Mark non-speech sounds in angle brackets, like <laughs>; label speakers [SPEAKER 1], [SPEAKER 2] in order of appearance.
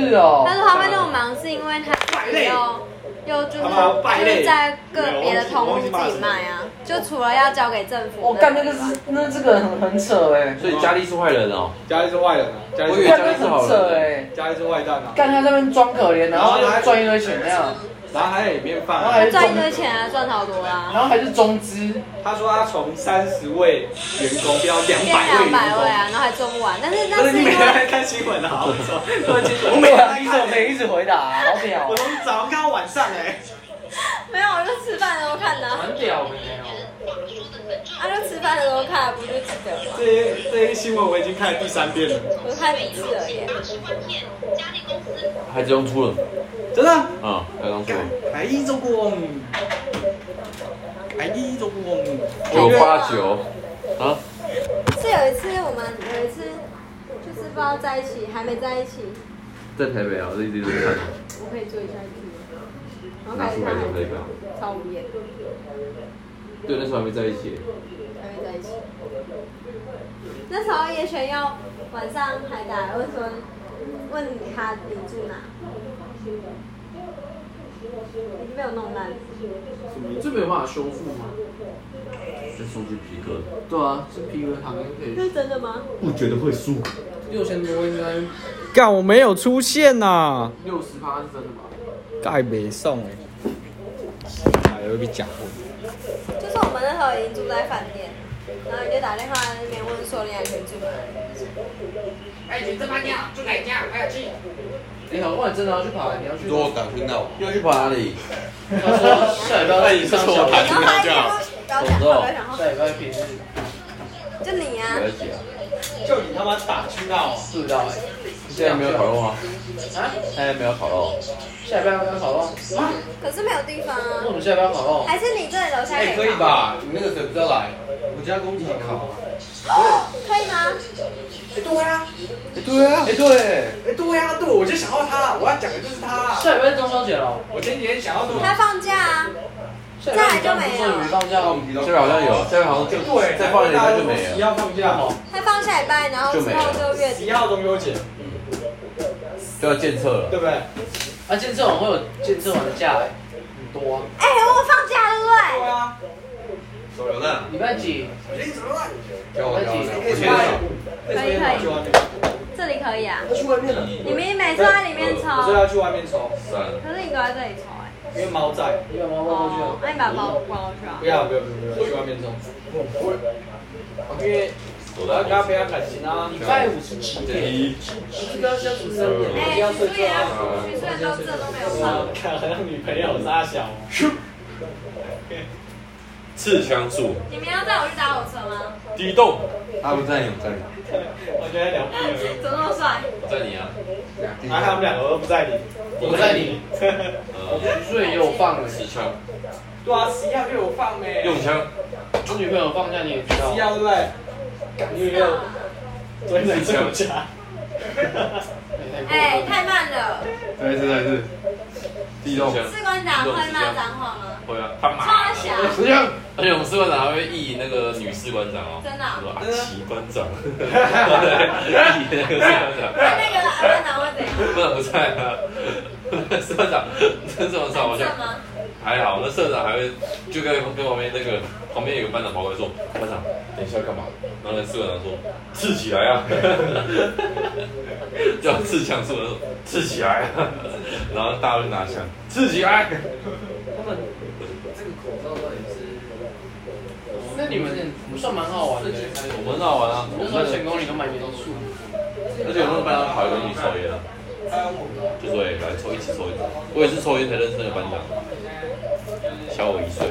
[SPEAKER 1] 是哦。
[SPEAKER 2] 但是他会那么忙，是因为他又又就是就是在个别的通路自己卖啊，就除了要交给政府，
[SPEAKER 1] 我干那个是那这个很很扯哎，
[SPEAKER 3] 所以佳丽是坏人哦，
[SPEAKER 4] 家里是坏人啊，家里
[SPEAKER 3] 我以
[SPEAKER 4] 是
[SPEAKER 3] 为
[SPEAKER 4] 坏
[SPEAKER 1] 干那
[SPEAKER 4] 人
[SPEAKER 3] 家里是
[SPEAKER 1] 个很扯哎，
[SPEAKER 4] 家里是坏蛋啊，
[SPEAKER 1] 干他在那边装可怜，然后赚一堆钱那样，
[SPEAKER 4] 然后还在里面放
[SPEAKER 1] 然后还
[SPEAKER 4] 啊。
[SPEAKER 1] 是
[SPEAKER 2] 赚一堆钱啊，赚好多啦、
[SPEAKER 1] 然后还是中资，
[SPEAKER 4] 他说他从三十位员工飙两
[SPEAKER 2] 变
[SPEAKER 4] 百位
[SPEAKER 2] 两百
[SPEAKER 4] 员
[SPEAKER 2] 位
[SPEAKER 4] 工。
[SPEAKER 2] 啊，然后还做不完，但是
[SPEAKER 4] 不
[SPEAKER 2] 那
[SPEAKER 4] 是
[SPEAKER 2] 是
[SPEAKER 4] 你
[SPEAKER 2] 因
[SPEAKER 4] 每天
[SPEAKER 2] 为。
[SPEAKER 4] 在看新闻啊？我操，我今天
[SPEAKER 1] 我每一直我每一直回答，啊 <laughs> 好屌哦
[SPEAKER 4] 我，从早上看到晚上哎、
[SPEAKER 2] 没有，我就吃饭的时候看的、啊，
[SPEAKER 1] 屌的
[SPEAKER 2] 啊，就吃饭的时候看，不就记得吗？
[SPEAKER 4] 这些这些新闻我已经看了第三遍了，
[SPEAKER 2] 我看几次而已。
[SPEAKER 3] 还只用出了，
[SPEAKER 4] 真的啊。
[SPEAKER 3] 嗯，还用出
[SPEAKER 4] 干
[SPEAKER 3] 了。，
[SPEAKER 4] 还一周过，还一周过。
[SPEAKER 3] 九
[SPEAKER 4] 我觉得
[SPEAKER 3] 八九啊，
[SPEAKER 2] 是有一次我们有一次就是不知道在一起，还没在一起，
[SPEAKER 3] 在台北啊，我一直都看，
[SPEAKER 2] 我可以做一下题，然后
[SPEAKER 3] 拿
[SPEAKER 2] 开始
[SPEAKER 3] 出来
[SPEAKER 2] 看
[SPEAKER 3] 用这个。
[SPEAKER 2] 超无言，
[SPEAKER 3] 对，那时候还没在一起，
[SPEAKER 2] 还没在一起。那时候叶璇要晚上还打问说，问他你住哪，已经被我弄烂。
[SPEAKER 5] 这没有办法修复吗？
[SPEAKER 3] 那数据皮革，
[SPEAKER 5] 对啊，是皮革糖可以。
[SPEAKER 2] 是真的吗？
[SPEAKER 3] 不觉得会输。
[SPEAKER 5] 六千多应该
[SPEAKER 4] 干，我没有出现呐、啊，
[SPEAKER 5] 六十趴是真的吧？
[SPEAKER 4] 盖没送哎、还有被假货，
[SPEAKER 2] 就是我们那时候已经住在饭店，然后你就打电话在那边问说你还可以住哪里。
[SPEAKER 1] 你好，我真的要去爬，你要去
[SPEAKER 6] 你说我敢听到，
[SPEAKER 3] 要去爬哪里？
[SPEAKER 1] 他说下礼拜要去上小
[SPEAKER 6] 哎
[SPEAKER 1] <laughs>
[SPEAKER 2] 然后他一直不要讲话，不要讲话
[SPEAKER 1] 下，礼拜平日
[SPEAKER 2] 就你啊
[SPEAKER 3] 不，要急啊，
[SPEAKER 4] 就你他妈打去闹、啊，
[SPEAKER 1] 不知道哎，
[SPEAKER 3] 现在没有烤肉吗？
[SPEAKER 1] 啊，
[SPEAKER 3] 现哎在没有烤肉，
[SPEAKER 1] 下礼拜要不要烤肉？
[SPEAKER 2] 可是没有地方
[SPEAKER 1] 那我
[SPEAKER 2] 啊。
[SPEAKER 1] 们下礼拜要烤肉？
[SPEAKER 2] 还是你这里楼下
[SPEAKER 6] 哎、
[SPEAKER 2] 可
[SPEAKER 6] 可以
[SPEAKER 2] 以烤？
[SPEAKER 6] 吧？你那个谁不要来？我家公鸡烤，
[SPEAKER 2] 哦可以吗？
[SPEAKER 3] 对啊，哎对，
[SPEAKER 4] 哎、对呀、啊，对，我就想到他了，我要讲的就是他啦。
[SPEAKER 1] 下礼拜是中秋节了，
[SPEAKER 4] 我前几天想要什
[SPEAKER 2] 他放假啊，
[SPEAKER 1] 下礼拜你刚刚不是说你们放假
[SPEAKER 6] 那我
[SPEAKER 1] 吗？
[SPEAKER 6] 们提到
[SPEAKER 3] 这边好像有，这边好像就
[SPEAKER 4] 对，
[SPEAKER 3] 再放一下就没了。
[SPEAKER 4] 要放假哦，
[SPEAKER 2] 他放下礼拜，然后之后就月
[SPEAKER 4] 十一
[SPEAKER 2] 底。
[SPEAKER 4] 号中秋节，
[SPEAKER 3] 就要建设了。
[SPEAKER 4] 对不对？
[SPEAKER 1] 啊，健身完会有健身完的假哎，很多啊。
[SPEAKER 2] 哎，我放假对不
[SPEAKER 4] 对
[SPEAKER 2] 对？
[SPEAKER 4] 啊，
[SPEAKER 6] 手榴弹，
[SPEAKER 1] 礼拜几？
[SPEAKER 6] 交我交我，
[SPEAKER 4] 可以
[SPEAKER 6] 我
[SPEAKER 4] 出
[SPEAKER 6] 先
[SPEAKER 4] 来
[SPEAKER 6] 走。，
[SPEAKER 4] 可以去外面，
[SPEAKER 2] 这里可以啊。
[SPEAKER 4] 去外面了。
[SPEAKER 2] 你们每次都在里面抽，
[SPEAKER 4] 我说要去外面抽，
[SPEAKER 3] 三，
[SPEAKER 2] 可是你都在这里抽哎。
[SPEAKER 4] 因为猫在。
[SPEAKER 1] 你把猫抱过去
[SPEAKER 2] 哦
[SPEAKER 1] 了。，
[SPEAKER 2] 那你把包关过去啊
[SPEAKER 4] 不。要不要不要不要，去外面抽。因为我要跟他培养感情啊。
[SPEAKER 1] 礼拜五是几点？是跟相处三
[SPEAKER 2] 哎，
[SPEAKER 1] 点。
[SPEAKER 2] 其实也要出去，虽然到这都没有放。
[SPEAKER 4] 看好像女朋友撒小，
[SPEAKER 3] 刺枪术，
[SPEAKER 2] 你们要带我去搭火车吗？
[SPEAKER 3] 第一动，
[SPEAKER 6] 他不在，你不在，
[SPEAKER 4] 我觉得聊不了。
[SPEAKER 2] 怎么那么帅？
[SPEAKER 3] 我在你啊，
[SPEAKER 4] 啊，他们两个都不在你，
[SPEAKER 1] 我在你，
[SPEAKER 3] 呃，
[SPEAKER 1] 所以也有放了。
[SPEAKER 3] 持枪，
[SPEAKER 4] <laughs> 对啊，十一号就有放没？
[SPEAKER 3] 用枪，
[SPEAKER 1] 我女朋友放假你也知道
[SPEAKER 4] 十一。号对不对？感觉没有，昨天在酒家。
[SPEAKER 2] 哎，太慢了。
[SPEAKER 6] 再一次再一次，第一
[SPEAKER 3] 用
[SPEAKER 6] 动，
[SPEAKER 3] 枪，
[SPEAKER 2] 士官长会骂脏话吗？
[SPEAKER 4] <laughs>
[SPEAKER 3] 会啊，他
[SPEAKER 2] 超
[SPEAKER 3] 妈
[SPEAKER 2] 小
[SPEAKER 3] 的。，而且我们士官长还会意那个女士官长哦，
[SPEAKER 2] 真的啊
[SPEAKER 3] 我说啊，奇官长，意那个士官长，
[SPEAKER 2] 那那个士官长会怎样？
[SPEAKER 3] 不然不在啊，社长，这社长好像
[SPEAKER 2] 很正吗？
[SPEAKER 3] 啊还好，那社长还会就跟跟旁边那个旁边有个班长跑过来说，班长，等一下要干嘛？然后那社长说，刺起来啊， <laughs> 叫刺枪社长说，刺起来啊，然后大家就拿枪，刺起来，
[SPEAKER 1] 那你们算蛮好玩的。
[SPEAKER 3] 我们很好玩啊，我
[SPEAKER 1] 那时候
[SPEAKER 3] 们那个
[SPEAKER 1] 成功你都买别的树，
[SPEAKER 3] 而且我们班长跑来跟你抽烟啊，就说哎来抽一起抽烟，我也是抽烟才认识那个班长，小我一岁。